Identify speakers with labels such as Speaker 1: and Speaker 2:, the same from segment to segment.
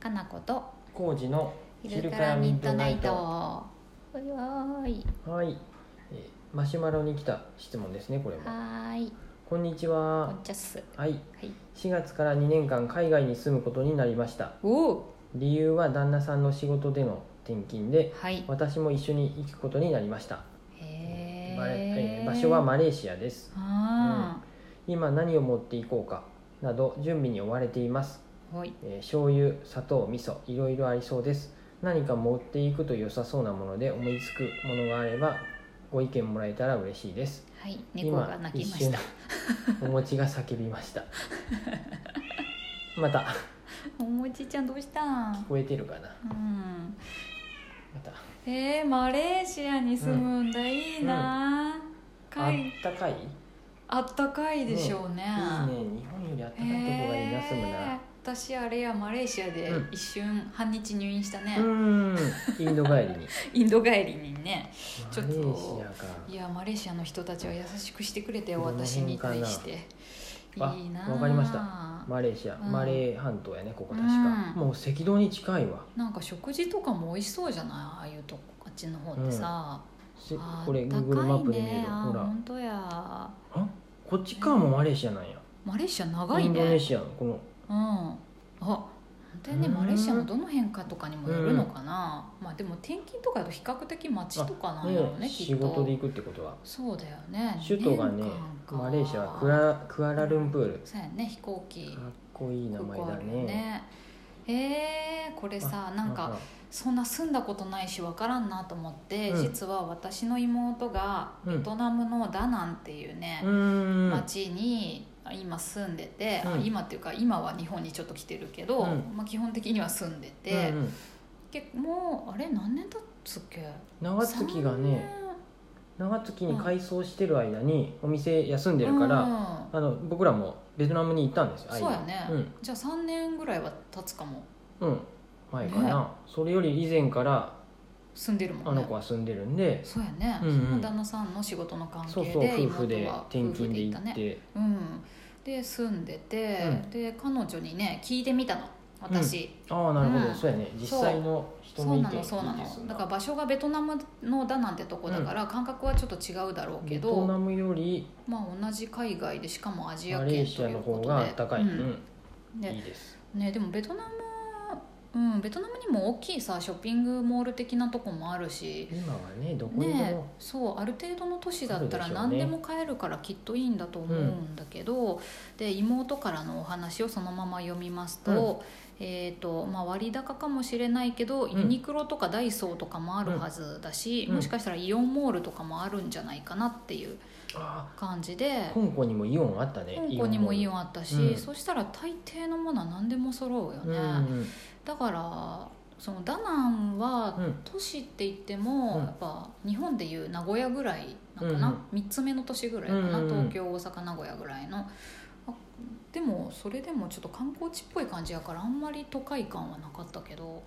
Speaker 1: かなこと
Speaker 2: 工事の
Speaker 1: 昼からミッドナイトはーい
Speaker 2: はい、えーマシュマロに来た質問ですねこれも
Speaker 1: はーい
Speaker 2: こんにち
Speaker 1: こ
Speaker 2: は
Speaker 1: んちゃっす
Speaker 2: はい
Speaker 1: はい
Speaker 2: 4月から2年間海外に住むことになりました
Speaker 1: おお
Speaker 2: 理由は旦那さんの仕事での転勤で
Speaker 1: はい
Speaker 2: 私も一緒に行くことになりました、
Speaker 1: へ
Speaker 2: バレえ
Speaker 1: え
Speaker 2: ー場所はマレーシアです
Speaker 1: あ
Speaker 2: 今何を持っていこうかなど準備に追われています、
Speaker 1: ーはい
Speaker 2: えー醤油砂糖味噌いろいろありそうです何か持っていくと良さそうなもので思いつくものがあればご意見もらえたら嬉しいです
Speaker 1: はい猫が鳴きました
Speaker 2: 一 瞬お餅が叫びましたまた
Speaker 1: おもちちゃんどうしたん
Speaker 2: 超えてるかな
Speaker 1: うん
Speaker 2: また
Speaker 1: えー、マレーシアに住むんだ、いいなー、
Speaker 2: あ
Speaker 1: か
Speaker 2: っ
Speaker 1: い
Speaker 2: たかいいいね
Speaker 1: あったかいでしょうね
Speaker 2: 日本よりあったかいとこがいいな住む
Speaker 1: へー
Speaker 2: な
Speaker 1: 私あれやマレーシアで
Speaker 2: うん
Speaker 1: 一瞬半日入院したね、
Speaker 2: うーんインド帰りに
Speaker 1: インド帰りにね ちょっと
Speaker 2: マレーシアか
Speaker 1: いやマレーシアの人たちは優しくしてくれてよ
Speaker 2: どの
Speaker 1: 私
Speaker 2: 辺
Speaker 1: に
Speaker 2: かな
Speaker 1: 対して
Speaker 2: あ
Speaker 1: いいなあ
Speaker 2: わかりましたマレーシア、
Speaker 1: うん
Speaker 2: マレー半島やねここ確か、
Speaker 1: う
Speaker 2: もう赤道に近いわ
Speaker 1: なんか食事とかも美味しそうじゃないああいうとこあっちの方ってさ、
Speaker 2: し
Speaker 1: あー
Speaker 2: これ
Speaker 1: 高い
Speaker 2: Google マップで見える、
Speaker 1: ね、あー
Speaker 2: ほら
Speaker 1: 本当や
Speaker 2: あこっちからもマレーシアなんや、
Speaker 1: マレーシア長い
Speaker 2: イン
Speaker 1: ね
Speaker 2: ド
Speaker 1: う
Speaker 2: ネ
Speaker 1: ん
Speaker 2: シアのこの
Speaker 1: あ本当やね
Speaker 2: うん
Speaker 1: マレーシアのどの辺かとかにもよるのかな、まあでも転勤とかだと比較的街とかなんやろうね
Speaker 2: ね
Speaker 1: きっと
Speaker 2: 仕事で行くってことは
Speaker 1: そうだよね
Speaker 2: 首都がね
Speaker 1: 二年間か
Speaker 2: マレーシアはクアクアラルンプール
Speaker 1: そうやね飛行機
Speaker 2: かっこいい名
Speaker 1: 空
Speaker 2: 前
Speaker 1: 港
Speaker 2: だ
Speaker 1: あるよ
Speaker 2: ね
Speaker 1: ねえー、これさなんかそんな住んだことないしわからんなと思って、
Speaker 2: うん
Speaker 1: 実は私の妹が
Speaker 2: うん
Speaker 1: ベトナムのダナンっていうね
Speaker 2: う、ん
Speaker 1: 町に今住んでて、あ
Speaker 2: うん
Speaker 1: 今っていうか今は日本にちょっと来てるけど、
Speaker 2: うん
Speaker 1: まあ、基本的には住んでて、
Speaker 2: うんうん
Speaker 1: 結構もうあれ何年経つっけ
Speaker 2: 長月がね長月に改装してる間にお店休ん
Speaker 1: 3
Speaker 2: で
Speaker 1: 年
Speaker 2: るから、
Speaker 1: うん
Speaker 2: あの僕らもベトナムに行ったんですよ
Speaker 1: そうやね、
Speaker 2: 間
Speaker 1: じゃあ3年ぐらいは経つかも
Speaker 2: うん、うん、前かな、それより以前から
Speaker 1: 住んでるも
Speaker 2: あ
Speaker 1: ん
Speaker 2: の
Speaker 1: ね
Speaker 2: 子は住んでるんで、
Speaker 1: そうやね、
Speaker 2: うんうん
Speaker 1: 旦那さんの仕事の関係で
Speaker 2: そうそう夫婦
Speaker 1: 妹
Speaker 2: で
Speaker 1: は
Speaker 2: 転勤で行
Speaker 1: 夫
Speaker 2: っ
Speaker 1: 婦ね
Speaker 2: て、
Speaker 1: うん、で住んでて、
Speaker 2: うん
Speaker 1: で彼女にね聞いてみたの私、
Speaker 2: ああなるほど、
Speaker 1: うん
Speaker 2: そうやね実際の人の
Speaker 1: そう
Speaker 2: 意
Speaker 1: な
Speaker 2: 見いい
Speaker 1: の
Speaker 2: です
Speaker 1: そうなのだから
Speaker 2: な
Speaker 1: 場所がベトナムのだなんてとこだから、感覚はちょっと違うだろうけ
Speaker 2: ベト
Speaker 1: ど、
Speaker 2: ナムより
Speaker 1: まあ、同じ海外でしかもアジア
Speaker 2: マレ
Speaker 1: 圏
Speaker 2: ーシ
Speaker 1: と
Speaker 2: ア
Speaker 1: い
Speaker 2: の
Speaker 1: うこ
Speaker 2: 方
Speaker 1: とで
Speaker 2: が暖かい、う
Speaker 1: うんんで
Speaker 2: いいです
Speaker 1: ね、でもベトナムうん、ベトナムにも大きいさショッピングモール的なとこもあるし、
Speaker 2: 今はねどこにで
Speaker 1: ね
Speaker 2: も、、
Speaker 1: そうある程度の都市だったら
Speaker 2: そうでしょうね
Speaker 1: 何でも買えるからきっといいんだと思うんだけど、で妹からのお話をそのまま読みますと,、えーとまあ、割高かもしれないけど、
Speaker 2: ん
Speaker 1: ユニクロとかダイソーとかもあるはずだし、
Speaker 2: うん
Speaker 1: もしかしたらイオンモールとかもあるんじゃないかなっていう
Speaker 2: あ
Speaker 1: 感じで。
Speaker 2: あ香港にもイオンあったね
Speaker 1: 香港にもイオ
Speaker 2: ン
Speaker 1: ンあったし、
Speaker 2: うん
Speaker 1: そしたら大抵のものは何でも揃うよ
Speaker 2: うん
Speaker 1: ね、だからそのダナンは
Speaker 2: うんうん
Speaker 1: 都市って言っても、
Speaker 2: うん
Speaker 1: やっぱ日本でいう名古屋ぐらいなのかな、3つ目の都市ぐらいかな、
Speaker 2: うんうんうん
Speaker 1: 東京大阪名古屋ぐらいのあでもそれでもちょっと観光地っぽい感じやからあんまり都会感はなかったけど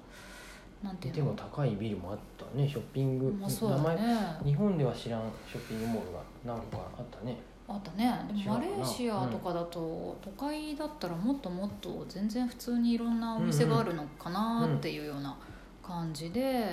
Speaker 1: なんていう
Speaker 2: で
Speaker 1: の
Speaker 2: も高いビルもあったねショッピング、
Speaker 1: まあそうだ
Speaker 2: 名前
Speaker 1: ね
Speaker 2: 日本では知らんショッピングモールが何個かあったね
Speaker 1: あったねで
Speaker 2: 違うか
Speaker 1: もマ
Speaker 2: な
Speaker 1: レーシアとかだと、都会だったらもっともっと全然普通にいろんなお店があるのかなっていうような感じで、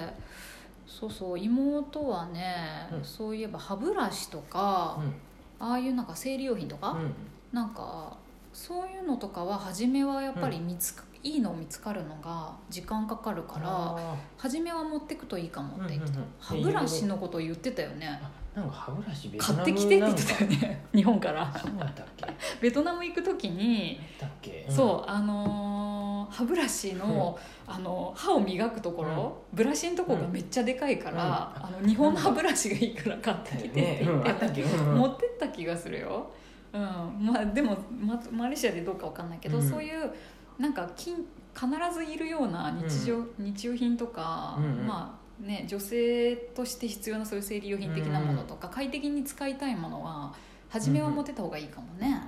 Speaker 1: そうそう妹はね、
Speaker 2: うん
Speaker 1: そういえば歯ブラシとか
Speaker 2: う、ん
Speaker 1: ああいうなんか生理用品とか、
Speaker 2: うん
Speaker 1: なんかそういうのとかは初めはやっぱり見つか、いいの見つかるのが時間かかるから
Speaker 2: あ
Speaker 1: 初めは持ってくといいかも
Speaker 2: ー
Speaker 1: って言ってた、
Speaker 2: うんうんうん
Speaker 1: 歯ブラシのことを言ってたよね
Speaker 2: あなんか歯ブラシベ
Speaker 1: 買ってきてって言ってたよ
Speaker 2: ね
Speaker 1: ね日本から
Speaker 2: そうだったっけだっ
Speaker 1: ベトナム行く時に、
Speaker 2: け、
Speaker 1: そうあのー歯ブラシの、あのー歯を磨くところ、ブラシのとこがめっちゃでかいから、あの日本の歯ブラシがいいから買ってきてって言って、
Speaker 2: ねうんあったっけ、うんうん
Speaker 1: 持ってった気がするよ、うんまあ、でもまマレーシアでどうかわかんないけど、
Speaker 2: うん
Speaker 1: そういうなんか金必ずいるような日常、日用品とか、
Speaker 2: うんうん
Speaker 1: まあね、女性として必要なそういう生理用品的なものとか、快適に使いたいものは初めは持ってた方がいいかもね、
Speaker 2: なる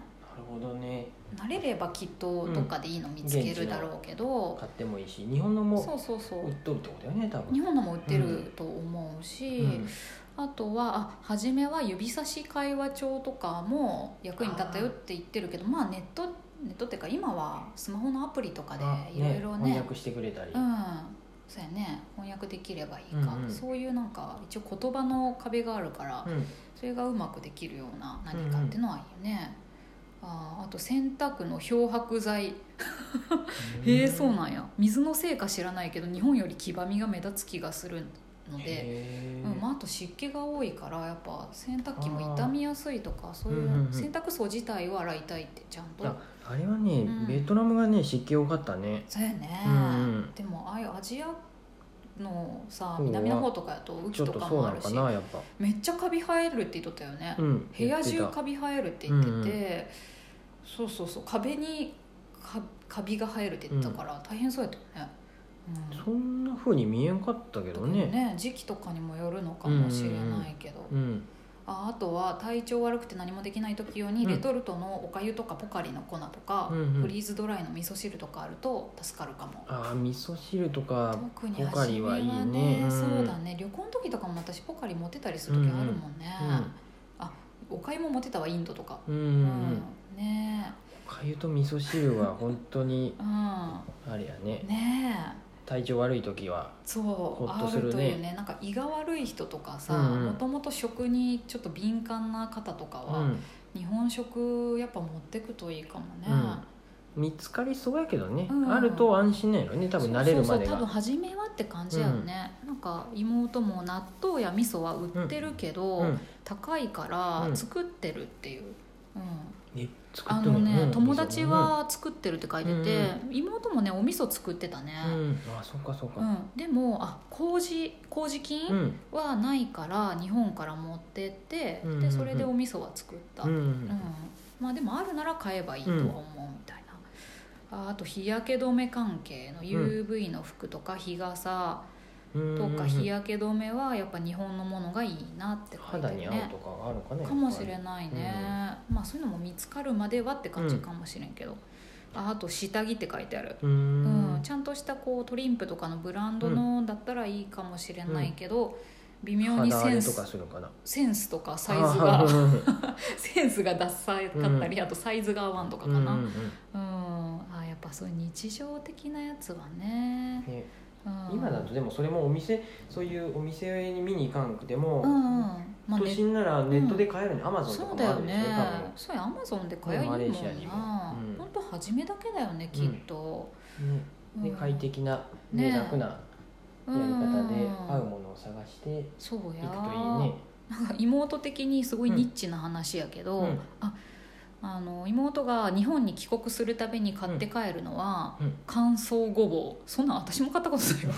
Speaker 2: ほどね
Speaker 1: 慣れればきっとどっかでいいの見つけるだろうけど、
Speaker 2: 買ってもいいし日本のも
Speaker 1: そうそうそう
Speaker 2: 売っとるってことよね多分
Speaker 1: 日本のも売ってると思うし、
Speaker 2: うん
Speaker 1: あとはあ初めは指差し会話帳とかも役に立ったよって言ってるけどまあネットネットっていうか今はスマホのアプリとかで
Speaker 2: あ
Speaker 1: いろいろね
Speaker 2: 翻訳してくれたり、
Speaker 1: うんそうやね翻訳できればいいか、
Speaker 2: うんうん
Speaker 1: そういうなんか一応言葉の壁があるから、
Speaker 2: うん
Speaker 1: それがうまくできるような何かってのはいいよね、あーあと洗濯の漂白剤 へえそうなんや水のせいか知らないけど日本より黄ばみが目立つ気がするので、
Speaker 2: へ
Speaker 1: う
Speaker 2: ー
Speaker 1: んまあ、あと湿気が多いからやっぱ洗濯機も傷みやすいとかそうい
Speaker 2: うんうん
Speaker 1: う
Speaker 2: うん
Speaker 1: 洗濯槽自体は洗いたいってちゃんと
Speaker 2: ああれはね、
Speaker 1: うん
Speaker 2: ベトナムがね湿気多かったね
Speaker 1: そうやね、
Speaker 2: うんうん
Speaker 1: でもああいうアジアのさ
Speaker 2: そう
Speaker 1: 南の方とかやと雨
Speaker 2: ちょ
Speaker 1: 季と
Speaker 2: っと
Speaker 1: か
Speaker 2: そう
Speaker 1: も
Speaker 2: な
Speaker 1: あ
Speaker 2: の
Speaker 1: る
Speaker 2: か
Speaker 1: し
Speaker 2: なやっぱ、
Speaker 1: めっちゃカビ生えるって言っとったよね、
Speaker 2: うん、
Speaker 1: 部屋中
Speaker 2: 言ってた
Speaker 1: カビ生えるって言ってて、
Speaker 2: うんうん
Speaker 1: そうそうそう壁にかカビが生えるって言ってたから大変そうやったよね、うん
Speaker 2: そんな風に見えんかったけどね
Speaker 1: 特にね時期とかにもよるのかもしれないけど、
Speaker 2: うん
Speaker 1: ああとは体調悪くて何もできない時用に
Speaker 2: うん
Speaker 1: レトルトのおかゆとかポカリの粉とか、
Speaker 2: うんうん
Speaker 1: フリーズドライの味噌汁とかあると助かるかも
Speaker 2: ああ味噌汁とか
Speaker 1: 特に
Speaker 2: ポカリはいい
Speaker 1: 初
Speaker 2: ね
Speaker 1: めはね
Speaker 2: うん
Speaker 1: そうだね旅行の時とかも私ポカリ持ってたりする時あるもんね、あおかゆも持ってたわインドとか
Speaker 2: うん、うん
Speaker 1: う
Speaker 2: うん、
Speaker 1: ねえ
Speaker 2: おかゆと味噌汁は本当に
Speaker 1: う
Speaker 2: あれやね
Speaker 1: ん、ねえ
Speaker 2: 体調悪い時は
Speaker 1: そう
Speaker 2: っとするね
Speaker 1: あるというねなんか胃が悪い人とかさ
Speaker 2: うんうん
Speaker 1: もともと食にちょっと敏感な方とか
Speaker 2: う
Speaker 1: は、
Speaker 2: ん
Speaker 1: 日本食やっぱ持ってくといいかもね、
Speaker 2: うん見つかりそうやけどね、
Speaker 1: うん
Speaker 2: あると安心なんやろね多分慣れるま
Speaker 1: そ
Speaker 2: で
Speaker 1: うそうそう多分
Speaker 2: が
Speaker 1: 初めはって感じやんね、なんか妹も納豆や味噌は売ってるけど、
Speaker 2: うん
Speaker 1: 高いか
Speaker 2: う
Speaker 1: ら
Speaker 2: ん
Speaker 1: 作ってるっていう、うん
Speaker 2: え作
Speaker 1: あ
Speaker 2: っても
Speaker 1: の
Speaker 2: いい
Speaker 1: ね、
Speaker 2: うん
Speaker 1: 友達は作ってるって書いてて、
Speaker 2: う
Speaker 1: 妹もねお味噌作ってたね、
Speaker 2: うん、うんあそっかそっ
Speaker 1: う
Speaker 2: か
Speaker 1: ん、でもあ麹麹
Speaker 2: うん、う
Speaker 1: 菌
Speaker 2: ん
Speaker 1: はないから日本から持ってって、
Speaker 2: うんうんう
Speaker 1: で
Speaker 2: ん
Speaker 1: それでお味噌は作った、
Speaker 2: う
Speaker 1: うんんまあでもあるなら買えばいいとは思うみたいな、ああと日焼け止め関係の UV の服とか日傘
Speaker 2: うん
Speaker 1: とか日
Speaker 2: や
Speaker 1: 焼け止めはやっぱ日本のものがいいなって書いて
Speaker 2: 肌
Speaker 1: る
Speaker 2: に合う
Speaker 1: ね
Speaker 2: とかがあるかね
Speaker 1: かもしれ
Speaker 2: い
Speaker 1: ないね、まあそういうのも見つかるまではって感じかもしれんけど、ああと下着って書いてある
Speaker 2: う
Speaker 1: うん
Speaker 2: ん、
Speaker 1: ちゃんとしたこうトリンプとかのブランドのだったらいいかもしれないけど、微妙に
Speaker 2: 肌
Speaker 1: セ
Speaker 2: 荒れ
Speaker 1: ン
Speaker 2: と
Speaker 1: ス
Speaker 2: かするかな
Speaker 1: センスとかサイズ
Speaker 2: あ
Speaker 1: が
Speaker 2: ー
Speaker 1: センスがダッサいかったり、あとサイズが合わんとか
Speaker 2: うん
Speaker 1: か
Speaker 2: うん
Speaker 1: な、
Speaker 2: う
Speaker 1: うんんあやっぱそういう日常的なやつはね、
Speaker 2: ね
Speaker 1: うん、
Speaker 2: 今だとでもそれもお店そういうお店に見に行かなくても、
Speaker 1: うんうんまあ
Speaker 2: 都
Speaker 1: ね
Speaker 2: 心ならネットで買えるね、アマゾンと
Speaker 1: そ
Speaker 2: か
Speaker 1: う
Speaker 2: も
Speaker 1: だ
Speaker 2: あ
Speaker 1: よ
Speaker 2: るでしょ
Speaker 1: ねそうやアマゾンで買えばいいもん
Speaker 2: マレーシアにも
Speaker 1: な
Speaker 2: うん
Speaker 1: 本当初めだけだよねきっと、
Speaker 2: 多分ね
Speaker 1: うん
Speaker 2: で快適な、
Speaker 1: ね
Speaker 2: ね楽なやり方で合うものを探していく
Speaker 1: そうや
Speaker 2: といいね、
Speaker 1: なんか 妹的にすごいニッチな話やけど、
Speaker 2: うん
Speaker 1: ああの妹が日本に帰国するたびに買って帰るのは、
Speaker 2: うん
Speaker 1: 乾燥ごぼうそんなん私も買ったことないわ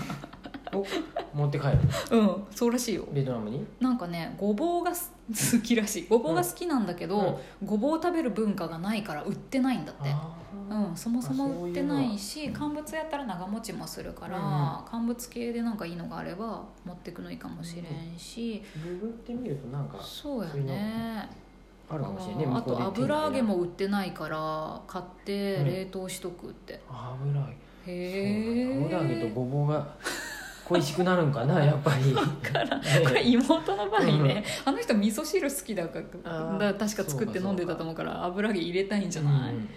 Speaker 2: 持って帰る
Speaker 1: うんそうらしいよ
Speaker 2: ベトナムに
Speaker 1: なんかねごぼうがす好きらしいごぼうが好きなんだけど、ごぼう食べる文化がないから売ってないんだって
Speaker 2: あ
Speaker 1: う
Speaker 2: ー
Speaker 1: ん、そもそも売ってない
Speaker 2: あそういう
Speaker 1: し
Speaker 2: の
Speaker 1: 乾物やったら長持ちもするから、
Speaker 2: うん
Speaker 1: 乾物系でなんかいいのがあれば持ってくのいいかもしれんし、
Speaker 2: ググってみるとなんか
Speaker 1: そうや
Speaker 2: そういう
Speaker 1: ね
Speaker 2: あるかもしれないね
Speaker 1: あーあ
Speaker 2: 向こう
Speaker 1: と
Speaker 2: で手に入れ
Speaker 1: 油
Speaker 2: ない
Speaker 1: 揚げも売ってないから買って
Speaker 2: うん
Speaker 1: 冷凍しとくって、
Speaker 2: 油揚げ
Speaker 1: へえ
Speaker 2: そうなんだ油揚げとごぼうが恋しくなるん かなやっぱりから、ね
Speaker 1: これ 妹の場合ね、あの人味噌汁好きだから
Speaker 2: あー
Speaker 1: だ確か作って飲んでたと思うから油揚げ入れたいんじゃない、
Speaker 2: うん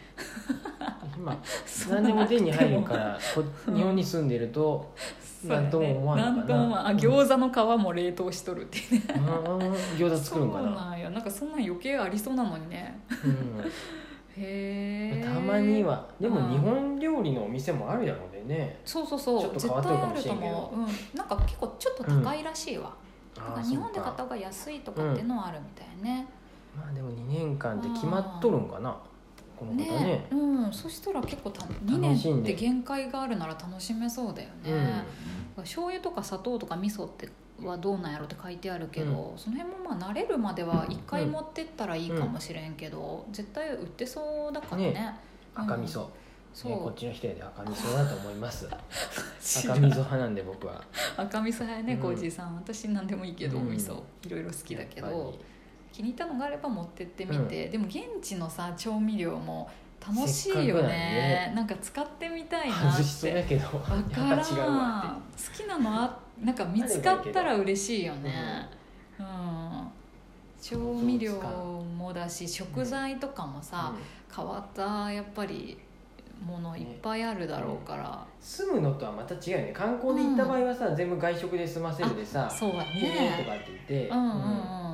Speaker 2: 今
Speaker 1: そん
Speaker 2: 何
Speaker 1: な
Speaker 2: でも手に入るからこ日本に住んでると
Speaker 1: そうやね
Speaker 2: なんとも思わんのかなん
Speaker 1: とも思わんあ餃子の皮も冷凍しとるっていうね
Speaker 2: うん餃子作るんか
Speaker 1: そう
Speaker 2: な
Speaker 1: なんやなんかそんなん余計ありそうなのにね
Speaker 2: う
Speaker 1: へ
Speaker 2: ん
Speaker 1: え
Speaker 2: たまにはで
Speaker 1: う
Speaker 2: も
Speaker 1: ん
Speaker 2: 日本料理のお店もあるやろうでね
Speaker 1: そうそうそう
Speaker 2: ちょっと
Speaker 1: 絶
Speaker 2: 変わっ
Speaker 1: 対
Speaker 2: とるか
Speaker 1: あ
Speaker 2: も
Speaker 1: ると
Speaker 2: しれんけど
Speaker 1: 思う、うん、なんか結構ちょっと高いらしいわ、
Speaker 2: だ
Speaker 1: だから日本で買った方が安いとかっていうのはあるみたいね、
Speaker 2: まあでも2年間って決まっとるんかなこの方
Speaker 1: ね
Speaker 2: ね
Speaker 1: うんそしたら結構た2
Speaker 2: 楽し
Speaker 1: 年
Speaker 2: ん
Speaker 1: っ
Speaker 2: で
Speaker 1: て限界があるなら楽しめそうだよ
Speaker 2: う
Speaker 1: ね、
Speaker 2: ん
Speaker 1: 醤油とか砂糖とか味噌ってはどうなんやろって書いてあるけど、その辺もまあ慣れるまでは1回持ってったらいいかもしれんけど、絶対売ってそうだからね
Speaker 2: ね赤味噌、
Speaker 1: そう、
Speaker 2: ねこっちの人やで赤味噌だと思います 赤
Speaker 1: 知
Speaker 2: 味
Speaker 1: ら
Speaker 2: 噌
Speaker 1: ん
Speaker 2: 派なんで僕は
Speaker 1: 赤味噌派やね
Speaker 2: うん
Speaker 1: 浩二、さん私何でもいいけど、
Speaker 2: うん
Speaker 1: 味噌いろいろ好きだけ
Speaker 2: やっぱ
Speaker 1: ど気に入ったのがあれば持ってってみて、でも現地のさ調味料も楽しい
Speaker 2: せっ
Speaker 1: よ
Speaker 2: かく
Speaker 1: ね
Speaker 2: なんでね
Speaker 1: なんか使ってみたい
Speaker 2: り
Speaker 1: なっ
Speaker 2: 外しそうや
Speaker 1: て
Speaker 2: けど
Speaker 1: わか
Speaker 2: や
Speaker 1: ら
Speaker 2: っぱ違うわ
Speaker 1: ん好きなのあなんか見つかったら嬉しいよねうん調味料もだし食材とかもさ、
Speaker 2: うん
Speaker 1: 変わったやっぱりものいっぱいあるだろうから、
Speaker 2: 住むのとはまた違うよね観光で行った場合はさ、全部外食で済ませるでさ
Speaker 1: そうだ
Speaker 2: いいねと
Speaker 1: ね
Speaker 2: かって言って、
Speaker 1: うんうん
Speaker 2: うん
Speaker 1: う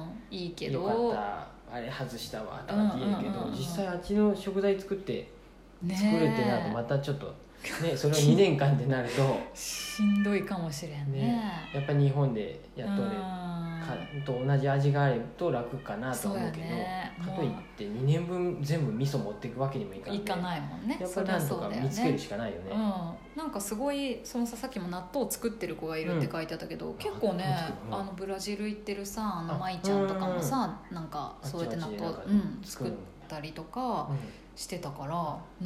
Speaker 1: んいいけ
Speaker 2: よかっ
Speaker 1: ど
Speaker 2: たあれ外したわとかって言えるけど、
Speaker 1: うんうんうんうん
Speaker 2: 実際あっちの食材作って
Speaker 1: ね
Speaker 2: 作るってなるとまたちょっと、ね、それを2年間ってなると
Speaker 1: しんどいかもしれんね
Speaker 2: ねやっぱり日本でやっとるか
Speaker 1: う
Speaker 2: と同じ味があると楽かなとは思うけ
Speaker 1: そう
Speaker 2: ど
Speaker 1: やね
Speaker 2: かといって2年分全部味噌持っていくわけにもい
Speaker 1: ん
Speaker 2: かない
Speaker 1: いかないもんね
Speaker 2: やっぱ
Speaker 1: そ
Speaker 2: り
Speaker 1: りゃ
Speaker 2: なんと
Speaker 1: そう
Speaker 2: か
Speaker 1: だよ
Speaker 2: 見つける
Speaker 1: ね
Speaker 2: しかないよね
Speaker 1: うん、なんかすごいそのささっきも納豆を作ってる子がいるって書いてあったけど、結構ね
Speaker 2: あ納豆作るの
Speaker 1: あのブラジル行ってるさあ
Speaker 2: あ
Speaker 1: の舞ちゃんとかもさなんか
Speaker 2: あっち
Speaker 1: そうやって納豆
Speaker 2: あっちで
Speaker 1: う
Speaker 2: なんか
Speaker 1: ん
Speaker 2: 作
Speaker 1: 作っ
Speaker 2: るの
Speaker 1: たりとか
Speaker 2: うん
Speaker 1: してたから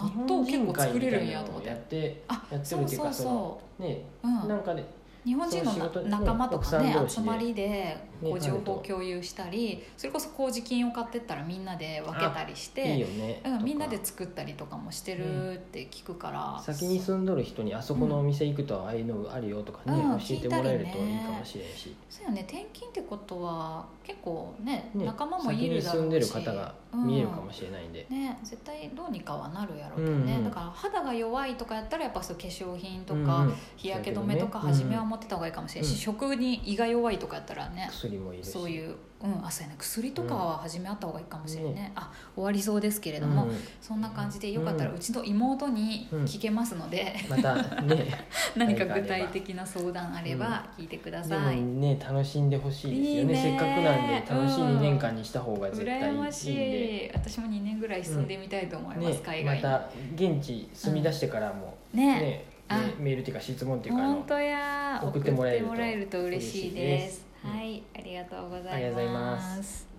Speaker 1: 納豆結構作れるんやと思っ
Speaker 2: 日本人会みたいなのをやってて
Speaker 1: あ
Speaker 2: やって
Speaker 1: そ
Speaker 2: るっ
Speaker 1: う
Speaker 2: ていう
Speaker 1: そう
Speaker 2: かそ
Speaker 1: そ
Speaker 2: のね
Speaker 1: う、うん、
Speaker 2: なんかで
Speaker 1: 日本人の
Speaker 2: その
Speaker 1: な
Speaker 2: 仕事ね
Speaker 1: 仲間とか
Speaker 2: 奥
Speaker 1: ね
Speaker 2: さん同士
Speaker 1: 集
Speaker 2: で
Speaker 1: まりでこう
Speaker 2: ね
Speaker 1: 情
Speaker 2: 彼
Speaker 1: 報
Speaker 2: と
Speaker 1: 共有したりそれこそ麹菌を買ってったらみんなで分けたりして
Speaker 2: いいよね
Speaker 1: うん、みんな
Speaker 2: とか
Speaker 1: で作ったりとかもしてるって聞くから、
Speaker 2: 先に住んどる人にあそこのお店行くとああいうのあるよとかね、
Speaker 1: うん
Speaker 2: 教えてもらえるといいかもしれんし、
Speaker 1: そうよね転勤ってことは結構ね
Speaker 2: ね
Speaker 1: 仲間もいるだろうし
Speaker 2: 先に住んでる方が見えるかもしれないんで、
Speaker 1: うんね絶対どうにかはなるやろうけどね、
Speaker 2: うんうん
Speaker 1: だから肌が弱いとかやったらやっぱそう化粧品と
Speaker 2: うん
Speaker 1: か、
Speaker 2: うん
Speaker 1: 日焼け止めとか
Speaker 2: 日焼
Speaker 1: 初
Speaker 2: け止め
Speaker 1: め
Speaker 2: ね
Speaker 1: は持ってた方がいいかもしれないし、
Speaker 2: うん
Speaker 1: 食に胃が弱いとかやったらね
Speaker 2: 薬もいるし
Speaker 1: そういう、うん、あそうやね薬とかは始めあった方がいいかもしれない、
Speaker 2: ね
Speaker 1: あ終わりそうですけれど
Speaker 2: うん
Speaker 1: も、そんな感じでよかったら
Speaker 2: うん
Speaker 1: うちの妹に聞けますので、
Speaker 2: またね
Speaker 1: 何か具体的な相談あれば聞いてくだ
Speaker 2: で
Speaker 1: さ
Speaker 2: も
Speaker 1: い、
Speaker 2: ね楽しんでほしいですよね
Speaker 1: いいね
Speaker 2: せっかくなんで楽しい
Speaker 1: うん
Speaker 2: 2年間にした方が絶対いい
Speaker 1: 羨
Speaker 2: ん
Speaker 1: ま
Speaker 2: で
Speaker 1: しい私も2年ぐらい住んでみたいと思います、
Speaker 2: ね
Speaker 1: 海
Speaker 2: ま
Speaker 1: 外に
Speaker 2: た現地住み出してからも、
Speaker 1: ね
Speaker 2: ねね
Speaker 1: あ
Speaker 2: メールっていうか質問っていうかあ
Speaker 1: 本
Speaker 2: の
Speaker 1: 当や
Speaker 2: 送ってもらえると
Speaker 1: 送ってもらえると嬉しいです
Speaker 2: 嬉しいです
Speaker 1: はいありがとうございます
Speaker 2: ありがとうございます